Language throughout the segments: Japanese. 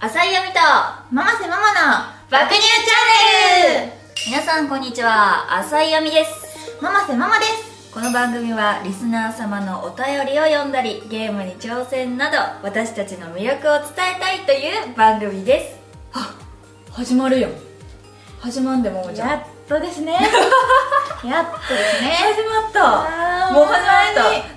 浅井亜美とママセママの爆乳チャンネル皆さんこんにちは浅井亜美ですママセママですこの番組はリスナー様のお便りを読んだりゲームに挑戦など私たちの魅力を伝えたいという番組です始まるよ始まんでもやっとです ねやっとですね始まったーもう始ほまんまっ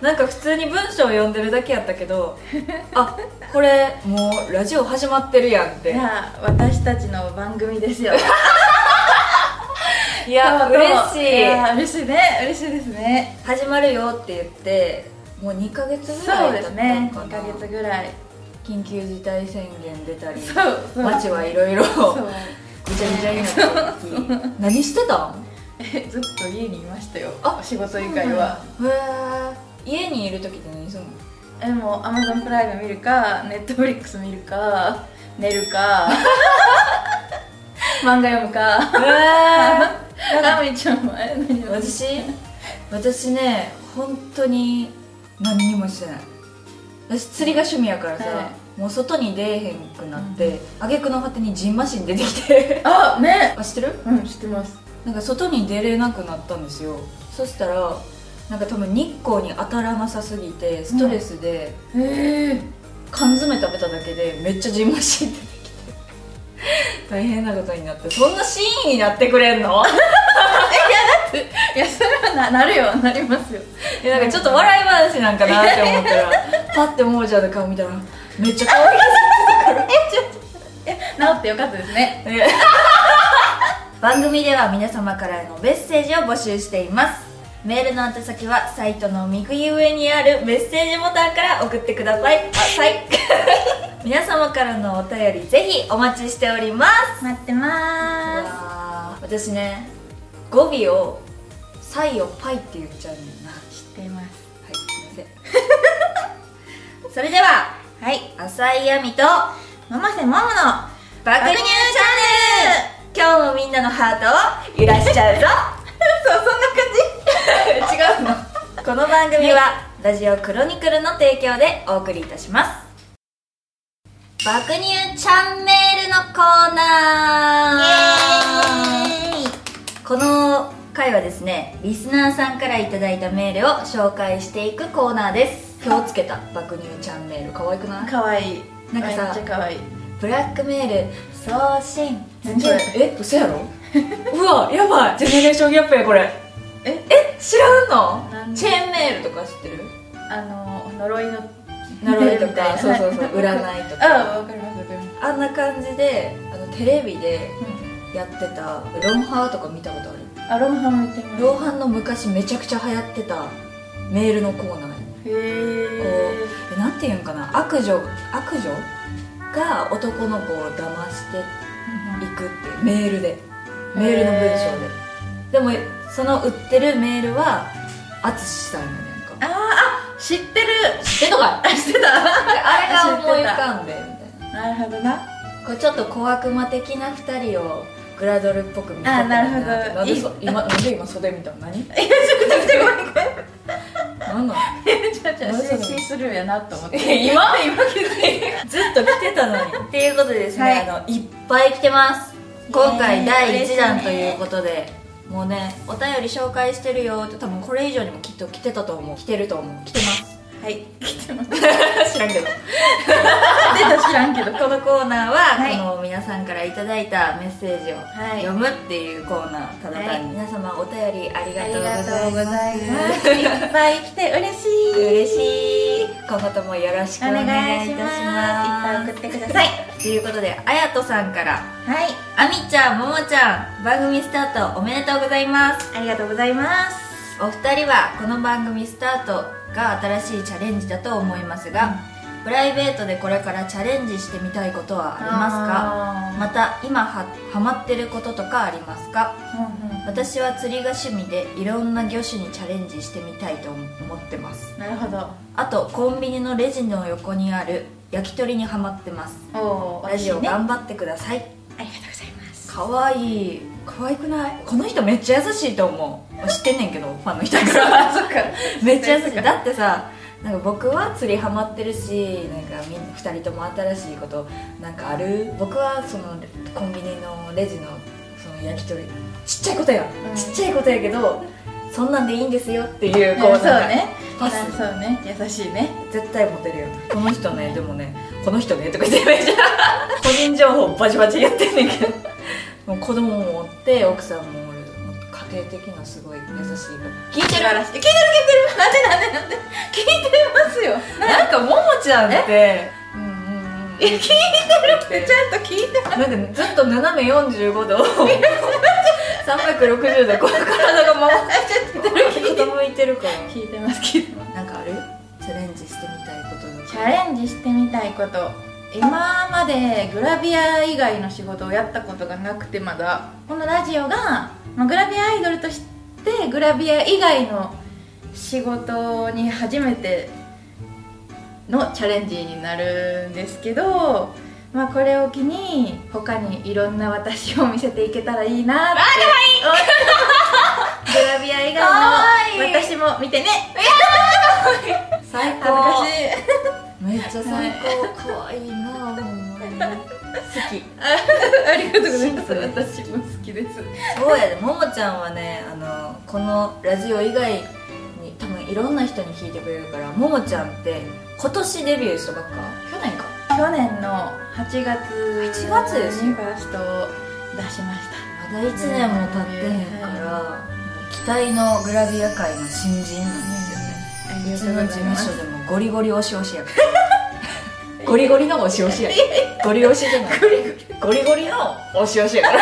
たなんか普通に文章を読んでるだけやったけど あこれもうラジオ始まってるやんっいてや私たちの番組ですよい や嬉しいや嬉しいね嬉しいですね始まるよって言ってもう2ヶ月ぐそらういだでったすのねか2なヶ月ぐらい緊急事態宣言出たりそうそう街はいろいろそうぐちゃぐちゃになっていき何してたんえずっと家にいましたよあお仕事以外はへえ家にいる時って何するのえもう Amazon プライム見るか Netflix 見るか寝 るか漫画読むかへラミちゃんもえ何えも 私私ね本当に何にもしてない私釣りが趣味やからさ、はもう外に出えへんくなって、挙句の果てにジンマシン出てきて あねあ知ってるうん知ってますなんか外に出れなくなったんですよそしたらなんか多分日光に当たらなさすぎてストレスでへえ缶詰食べただけでめっちゃジンマシン出て きて大変なことになってそんなシーンになってくれんのいやそれはななるよなりますよいやなんかちょっと笑い話なんかなって思ったらパッてももちゃんの顔見たらめっちゃ可愛い治ってよかったですね 番組では皆様からのメッセージを募集していますメールの宛先はサイトの右上にあるメッセージボタンから送ってくださいあさい 皆様からのお便りぜひお待ちしております待ってま私ね語尾を「サイ」を「パイ」って言っちゃうねんなはいす知ってますすいません それでははい浅井亜美とママセママの爆乳チャンネル今日もみんなのハートを揺らしちゃうぞ そうそんな感じ違うのこの番組はラジオクロニクルの提供でお送りいたします爆乳チャンネルのコーナーイエーイこの回はですねリスナーさんからいただいたメールを紹介していくコーナーです今日つけた爆乳ちゃんメール可愛くない可愛いなんかさめっちゃ可愛いブラックメール送信何これえ嘘やろ うわやばいジェネレーションギャップやこれええ知らん何のチェーンメールとか知ってるあの呪いの呪いとみたかなそうそう そう占いとあかわかりますわかりますあんな感じであのテレビでうんやってたロンハーとか見たことあるアロハもいてますロンハーの昔めちゃくちゃ流行ってたメールのコーナーやへえこえなんていうんかな悪女悪女が男の子を騙していくっていうメールでメールの文章ででもその売ってるメールは淳さんやねんかあーあ知ってる知ってとか知ってたあれが思い浮かんでみたいななるほどなこれちょっと小悪魔的な2人をグラドルっぽく見せたいなあなるほどなんでいいそ今なんで今袖見たの何いや ちょっと待ってごめんごめん何なのじゃあじゃあ何それ CC スルーやなと思ってえ今今気づいたずっと来てた のにっていうことでですね、はいあのいっぱい来てます今イエー回イ第1弾と嬉しいいねうことで、もうねお便り紹介してるよって多分これ以上にもきっと来てたと思う来てると思う来てまはい来てますす 知らんけど出た知らんけどこのコーナーは、はいこの皆さんからいただいたメッセージをはい読むっていうコーナーただ単に、皆様お便りありがとうございますすいっぱい来て嬉しい嬉しい今後ともよろしくお願いいたしますいっぱい送ってくださいということであやとさんからはい「あみちゃんももちゃん番組スタートおめでとうございますありがとうございます」お二人はこの番組スタートが新しいチャレンジだと思いますが、プライベートでこれからチャレンジしてみたいことはありますかあーまた今はハマってることとかありますか私は釣りが趣味でいろんな魚種にチャレンジしてみたいと思ってますなるほどあとコンビニのレジの横にある焼き鳥にハマってますおおラジオ頑張ってくださいありがとうございますかわいい可愛くないこの人めっ ちゃ優しいと思う知ってんねんけどファンの人からそっかめっちゃ優しいそうかだってさなんか僕は釣りハマってるしなんかみん2人とも新しいことなんかある僕はそのコンビニのレジのその焼き鳥ちっちゃいことや、うんちっちゃいことやけどそんなんでいいんですよっていうこうなこうんそうかねパスあそうね優しいね絶対モテるよこの人ねでもねこの人ねとか言ってめっちゃ 個人情報バチバチやってんねんけどもう子供もおって奥さんもおるもう家庭的なすごい優しいから聞いてる話聞いてる聞いてるなんでなんでなんで聞いてますよなんかももちゃんってうんうんうんえ聞いてるちゃんと聞いてなんかずっと斜め45度を360度こう体が回って傾いてるか聞いてます聞いてますらなんかあるチャレンジしてみたいことのチャレンジしてみたいこと今までグラビア以外の仕事をやったことがなくてまだこのラジオが、まあ、グラビアアイドルとしてグラビア以外の仕事に初めてのチャレンジになるんですけど、まあ、これを機に他にいろんな私を見せていけたらいいなって思って グラビア以かわいい外の私も見てね最恥高ずかしいめっちゃ最高可愛いなあほんまに好きありがとうございます。私も好きです。そうやでももちゃんはねあのこのラジオ以外に多分いろんな人に聞いてくれるからももちゃんって今年デビューしたばっか去年か去年の8月8月ですよにファーストを出しました。まだ1年も経ってへんから期待のグラビア界の新人なんですよねうちの事務所でもゴリゴリ推し推しやからゴリゴリの推し推しやゴリ推しじゃないゴリゴリの推し推しやから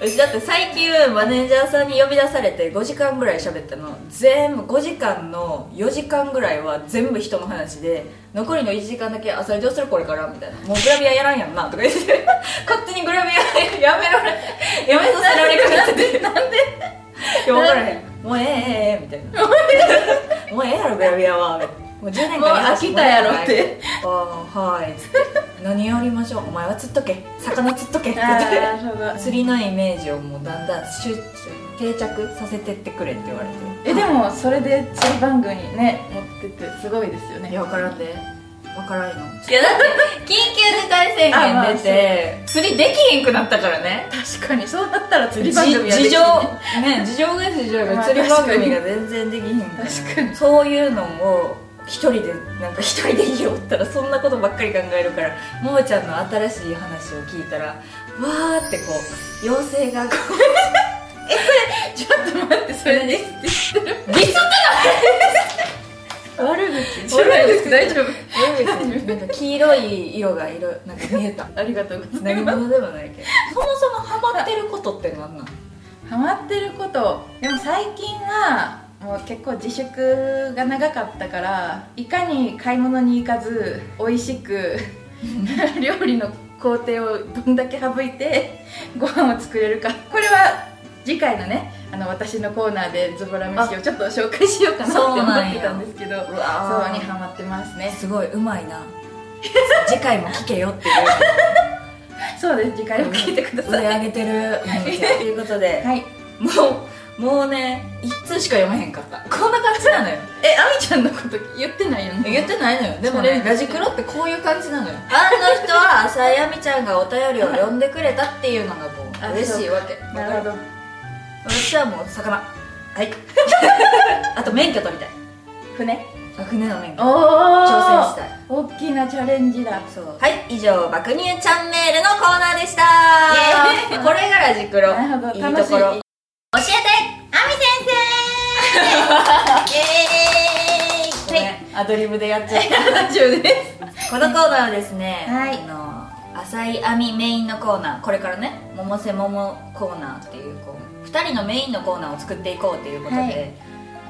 うちだって最近マネージャーさんに呼び出されて5時間ぐらい喋ったの全部5時間の4時間ぐらいは全部人の話で残りの1時間だけ「あそれどうするこれから」みたいな「もうグラビアやらんやんな」とか言って勝手にグラビアやめられやめさせられかかっててなんで分からへんもうええええええみたい なもうええやろグラビアはもう10年間やらせてもらもう飽きたやろってああはいつって何やりましょうお前は釣っとけ魚釣っとけって言ってああ、なるほ釣りのイメージをもうだんだん集定着させてってくれって言われてえ、でもそれで釣り番組にね持っててすごいですよね。いや分からんで分からんのいやだって緊急事態宣宣言出。て釣りできへんくなったからね確かにそうなったら釣りじ番組や事でき情るねね事情が事情まがあ釣り番組が全然できへんから確かにそういうのも一人でなんか一人でいいよったらそんなことばっかり考えるからももちゃんの新しい話を聞いたらわーってこう妖精がこうちょっと待ってそれでデ ィス悪口悪口大丈夫。なんか黄色い色が色なんか見えたありがとうございます。 何者でもない けどそもそもハマってることって何なんハマってることでも最近はもう結構自粛が長かったからいかに買い物に行かず美味しく 料理の工程をどんだけ省いてご飯を作れるかこれは次回のねあの私のコーナーでズボラ飯をちょっと紹介しようかなってそう思なんやってたんですけどそううにハマってますねすごいうまいな次回も聞けよっていうそうです次回も聞いてく ださい腕上げてるも もちゃんということで、はいもうもうね1通しか読めへんかったこんな感じなのよえあみちゃんのこと言ってないよね言ってないのよでもそうねねラジクロってこういう感じなのよあの人は浅井亜美ちゃんがお便りを読んでくれたっていうのがこうあ嬉しいわけなるほど私はもう魚はい あと免許取りたい船あ船の免お許お挑戦したい大きなチャレンジだそうはい以上「爆乳チャンネル」のコーナーでしたイエーイこれがラジクロなるほどいいとこ楽ろしい教えて亜美 先ごめんアドリブでやっちゃ った生イエーイラジオですこのコーナーはですね、はいあの浅い網メインのコーナーこれからね「百瀬桃コーナー」っていうこう2人のメインのコーナーを作っていこうということで、はい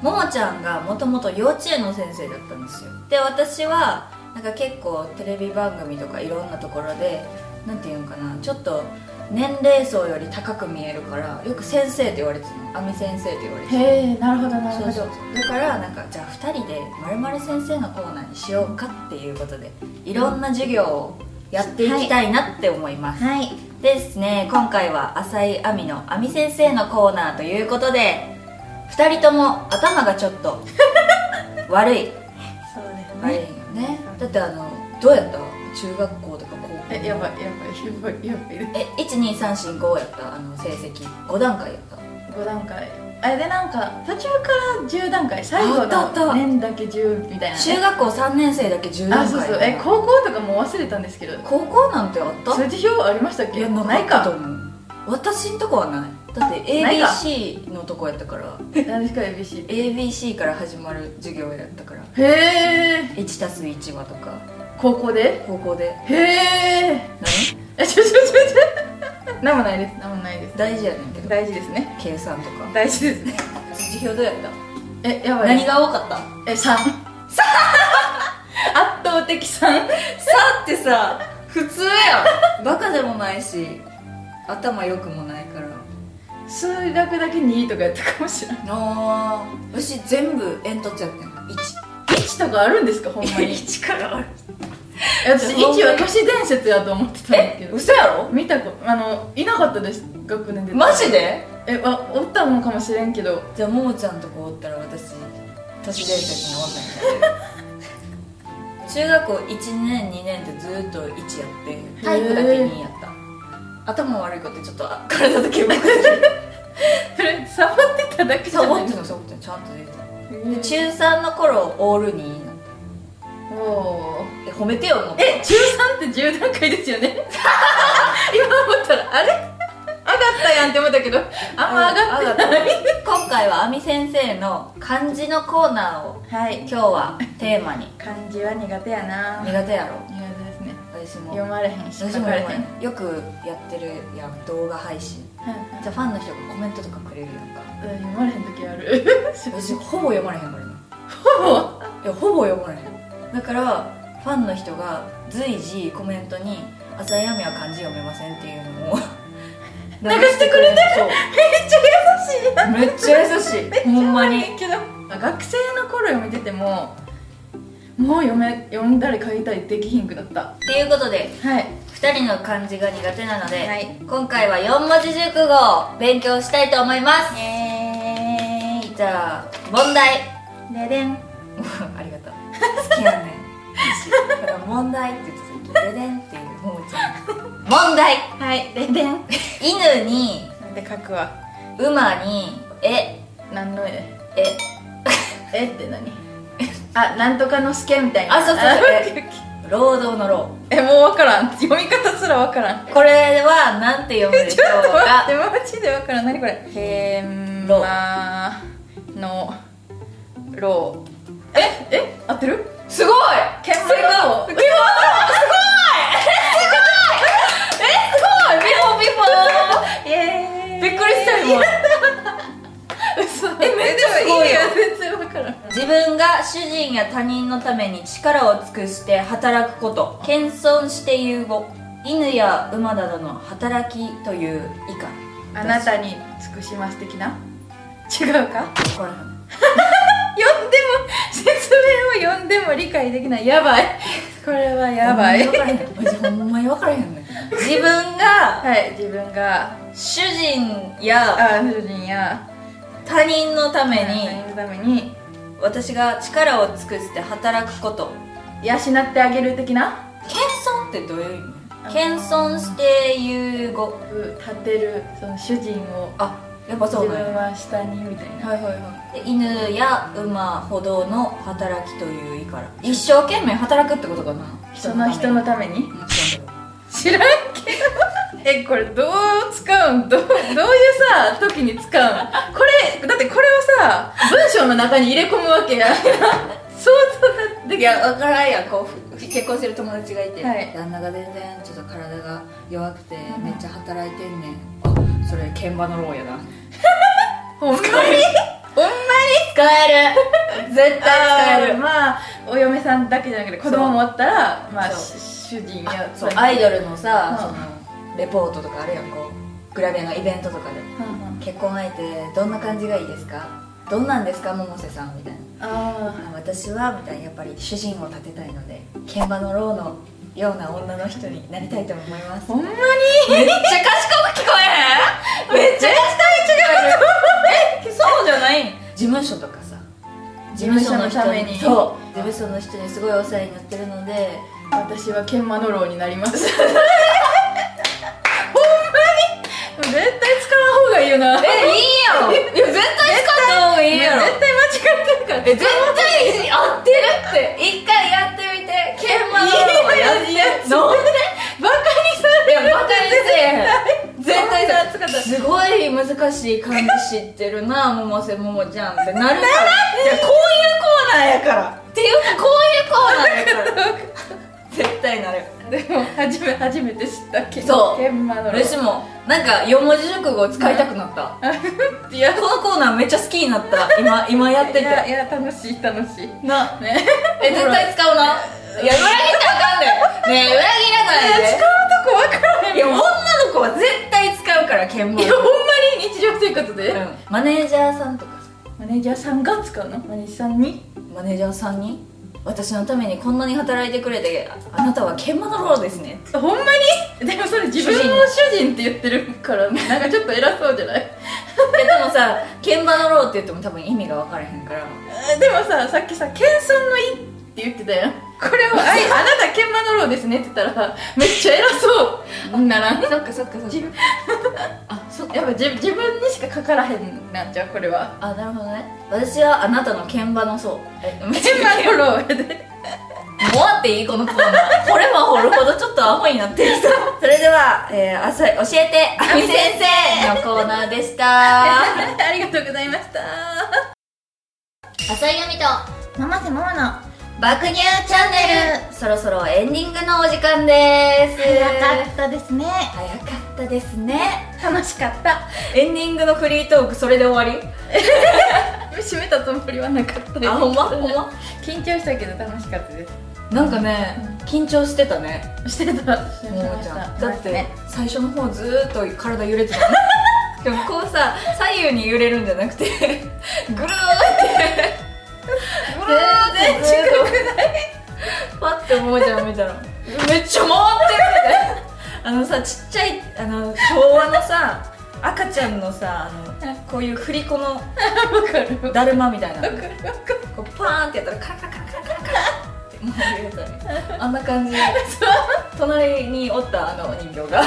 ももちゃんがもともと幼稚園の先生だったんですよで私はなんか結構テレビ番組とかいろんなところでなんていうんかなちょっと年齢層より高く見えるからよく先生って言われてたの網先生って言われてたへえなるほどなるそほうそうどだからなんかじゃあ2人で「まる先生」のコーナーにしようかっていうことでいろんな授業をやっていきたいなって思います、はいですね今回は浅井亜美の亜美先生のコーナーということで2人とも頭がちょっと悪いバレへんよねだってあのどうやった中学校とか高校えやばいやばいやばいやばいえ12345やったあの成績5段階やった5段階あれでなんか途中から10段階最あ後ったあったの年だけ10みたいな中学校3年生だけ10段階あそうそうえ高校とかもう忘れたんですけど高校なんてあった数字表ありましたっけいやなないかったとか思う私んとこはないだってないか ABC のとこやったから何ですか ABC ABC から始まる授業やったからへえ 1+1 はとか高校で高校でへえ何えちょちょちょちょ 何もないです何もないです大事やねんけど大事ですね計算とか大事ですね数字表どうやったえやばい何が多かったえ 三。3圧倒的3さってさ普通やんバカでもないし頭良くもないから数学だけ2とかやったかもしれないあー私全部煙突やってん1とかあるんですかほんまに1からあるえ私1は都市伝説やと思ってたんですけえど嘘やろ見たこあのいなかったです学年でマジでえあおったのかもしれんけどじゃあももちゃんとこおったら私都市伝説におんないんだけど中学校1年2年ってずーっと1やって体育だけ2やった頭悪い子ってちょっとあ体だけ動くそれサボってただけじサゃボないってでんのサボってんのちゃんと出てたです中3の頃オール2になっおおたえ褒めてよもっとえ中3って10段階ですよ ね今思ったらあれ上がったやんって思ったけどあんま上がってた今回はあみ先生の漢字のコーナーをはい今日はテーマに漢字は苦手やな苦手やろ苦手ですね私も読まれへんし私書もかれへんよくやってるやん動画配信はいはいじゃあファンの人がコメントとかくれるやんかうん読まれへん時ある私ほぼ読まれへんこれ ほいやほぼ読まれへんだからファンの人が随時コメントに「浅井亜美は漢字読めません」っていうのを 流してくれ てるめっちゃ優し いめっちゃ優しいほんまにけど学生の頃読めててももう読め読んだり書いたりできひんくなったということではい2人の漢字が苦手なので、はい今回は4文字熟語を勉強したいと思いますえじゃあ問題ーででん ありがとう好きやねんだから問題って言ってたででんっていうももちゃん問題はいででん犬になんで書くわ馬にえ何の絵ええって何あなんとかのすけみたいなあそうそうそうあえ労働の労えもう分からん読み方すら分からんこれはなんて読むでし ちょっょうと待かってマジで分からん何これへーろうまのろうええ合ってるすごい剣舞ろうビフォーすごいえすごいビフォービフォーイエびっくりしたよ嘘えめっちゃすごいよでも意味は全然分からん自分が主人や他人のために力を尽くして働くこと謙遜して言う語犬や馬などの働きという以下あなたに尽くします的な違うかこれ読んでも説明を読んでも理解できないやばいこれはやばいほんまに分からへんマジほんまに分からへんね自分がはい自分が主人やあ主人や他人のために人のために私が力を尽くして働くこと養ってあげる的な謙遜ってどういう意味謙遜して言う語立てるその主人をあやっぱ自そうなんや分は下にみたいなはいはいはい、犬や馬歩道の働きという意から一生懸命働くってことかなその人のたためにめに知らんけど知らんけど えこれどう使うんどうどういうさ時に使うんこれだってこれをさ文章の中に入れ込むわけや想像がでいきや分からんやんこう結婚してる友達がいて、はい旦那が全然ちょっと体が弱くてめっちゃ働いてんねんあそれ剣馬の牢やな ほんまにほんまに使える絶対あ使えーるまあお嫁さんだけじゃなくて子供もおったらまあそし主人あやそうアイルドルのさ、うんそのレポートとかあるやんこうグラビアのイベントとかで結婚相手どんな感じがいいですかどんなんですか百瀬さんみたいなああ私はみたいなやっぱり主人を立てたいので剣馬の牢のような女の人になりたいと思いますほんまにめっちゃ賢く聞こえへんめっちゃ賢い違うえそうじゃない事務所とかさ事務所のためにそ事務所の人にすごいお世話になってるので私は研磨のろうになります ほんまに絶対使わん方がいいよえいないやんいや絶対使った方がいいやろ 絶対間違ってるからえ絶対合ってるって一回やってみて研磨のろうやっていやいやなんでバカにさいれやるバカに せえ絶対そんな扱いだすごい難しい漢字知ってるな百瀬桃ちゃんってなるからいやこういうコーナーやからっていうかこういうコーナーだから絶対なるでも初め初めて知ったけそう研磨のろう私もなんか四文字熟語を使いたくなったいやこのコーナーめっちゃ好きになった今今やっていやいてや楽しい楽しいねなえ絶 対使うないや裏切ったらあかんねんねえ裏切らない使うでとこ分からへんいや女の子は絶対使うから剣い舞やほんまに日常生活で、マネージャーさんとかさマネージャーさんが使うのマネージャーさんにマネージャーさんに私のためにこんなに働いてくれてあなたは研磨のローですねほんまにでもそれ自分を主人って言ってるからなんかちょっと偉そうじゃないいやでも さ研磨のローって言っても多分意味が分からへんからえでもささっきさ「謙遜の意」って言ってたやんこ れをあい「あなた研磨のろうですね」って言ったらめっちゃ偉そうならんそっかそっかそっ自分あそっやっぱ自自分にしかかからへんなんちゃうこれはあなるほどね私はあなたの研磨の層えめっちゃ研磨のろうやでもうっていいこのコーナー掘れば掘るほどちょっとアホになってきた それでは、えー、あさ教えてあみ先生のコーナーでしたありがとうございました浅井由美とママせママの爆乳チャンネルそろそろエンディングのお時間ですったですね早かったですね楽しかったエンディングのフリートークそれで終わ閉めたつもりはなかったりよあほんまほんま緊張したけど楽しかったですなんかね緊張してたねしてたしてももちゃんだって、ね最初の方ずーっと体揺れてたの でもこうさ左右に揺れるんじゃなくてぐるーってぐるーって全然違くないパッてももちゃん見たらめっちゃ回ってるみたいなあのさちっちゃいあの昭和のさ赤ちゃんのさあのこういう振り子のわかるだるまみたいなわかるわかるこうパーンってやったらカラカラカラカラカラって回るやつあんな感 じ隣におったあのお人形が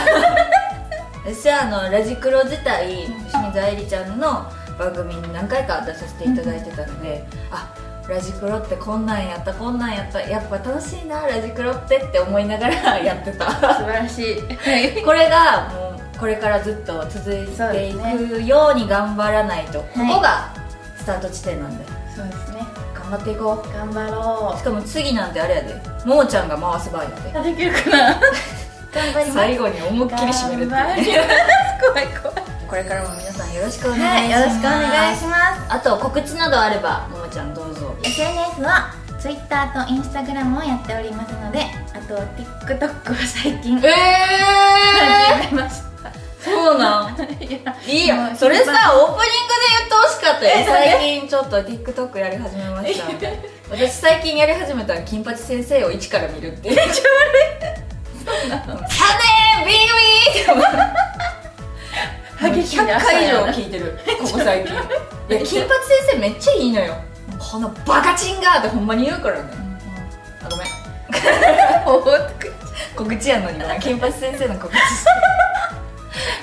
私はあのラジクロ自体清水愛理ちゃんの番組に何回か出させていただいてたので、あラジクロってこんなんやったこんなんやったやっぱ楽しいなラジクロってって思いながらやってた素晴らしいはい これがもうこれからずっと続いそうてでいすねくように頑張らないと、はいここがスタート地点なんでそうですね頑張っていこう頑張ろしかも次なんてあれやでももちゃんが回す場合やでうできるかな頑張ります最後に思いっきり締めるっていう怖い怖いこれからも皆さんよろしくおは願いいしよます、ろしくお願いしますあと告知などあればももちゃんどうぞ SNS は Twitter と Instagram をやっておりますのであと TikTok を最近え始めましたそうなんいやいいもようそれさオープニングで言ってほしかったよえなんで最近ちょっと TikTok やり始めましたみたいな私最近やり始めたら金八先生を一から見るってめっちゃ悪い そうなの「サネービービー!」って思って激しい100な回以上聞いてる ここ最近いや金八先生めっちゃいいのよこのバカチンがーってほんまに言うからねあごめん 報告告知やのにな金八先生の告知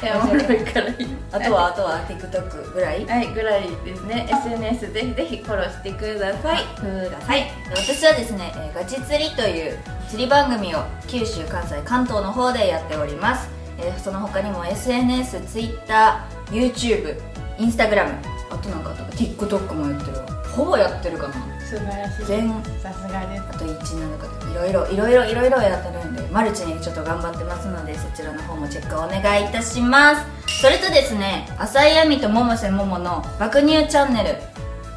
いやおもろいからいい あとはあとは TikTok ぐらいはいぐらいですね SNS ぜひぜひフォローしてくださいください私はですね、えーガチ釣りという釣り番組を九州関西関東の方でやっております、えーその他にも SNSTwitterYouTubeiNstagram あとなんかあったか TikTok もやってるわほぼやってるかな素晴らしい全さすがですあと17かとかいろいろいろいろいろいろやってるんでマルチにちょっと頑張ってますのでそちらの方もチェックお願いいたしますそれとですね浅井亜美と百瀬桃の爆乳チャンネル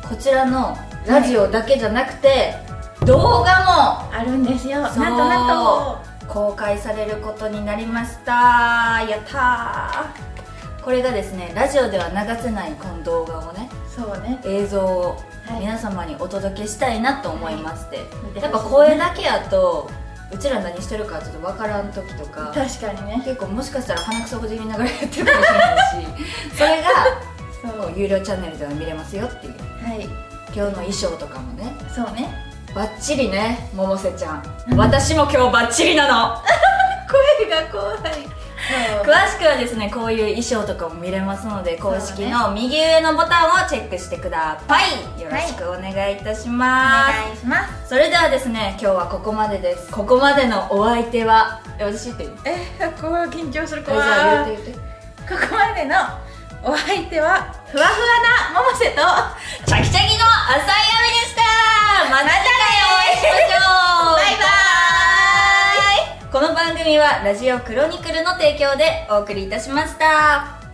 こちらのラジオだけじゃなくて、動画もあるんですよなんそうとなんと公開されることになりましたやったーこれがですねラジオでは流せないこの動画をねそうね映像をはい皆様にお届けしたいなと思いまして、見てほやしいっぱ声だけやとうちら何してるかちょっと分からん時とか確かにね結構もしかしたら鼻くそほじりながらやってるかもしれ ないしそれがそうこう有料チャンネルでは見れますよっていうはい今日の衣装とかもねそうねバッチリね百瀬ちゃん私も今日バッチリなの 声が怖い詳しくはですねこういう衣装とかも見れますので公式そうの右上のボタンをチェックしてくださいよろしくお願いいたします、いしますそれではですね今日はここまでですここまでのお相手はえ私って言うえー、怖い緊張するえじ怖いゃあ言うて言うここまでのお相手はふわふわな百瀬とてチャキチャキの浅い雨でしたまた次回お会いしましょうバイババイバイこの番組はラジオクロニクルの提供でお送りいたしました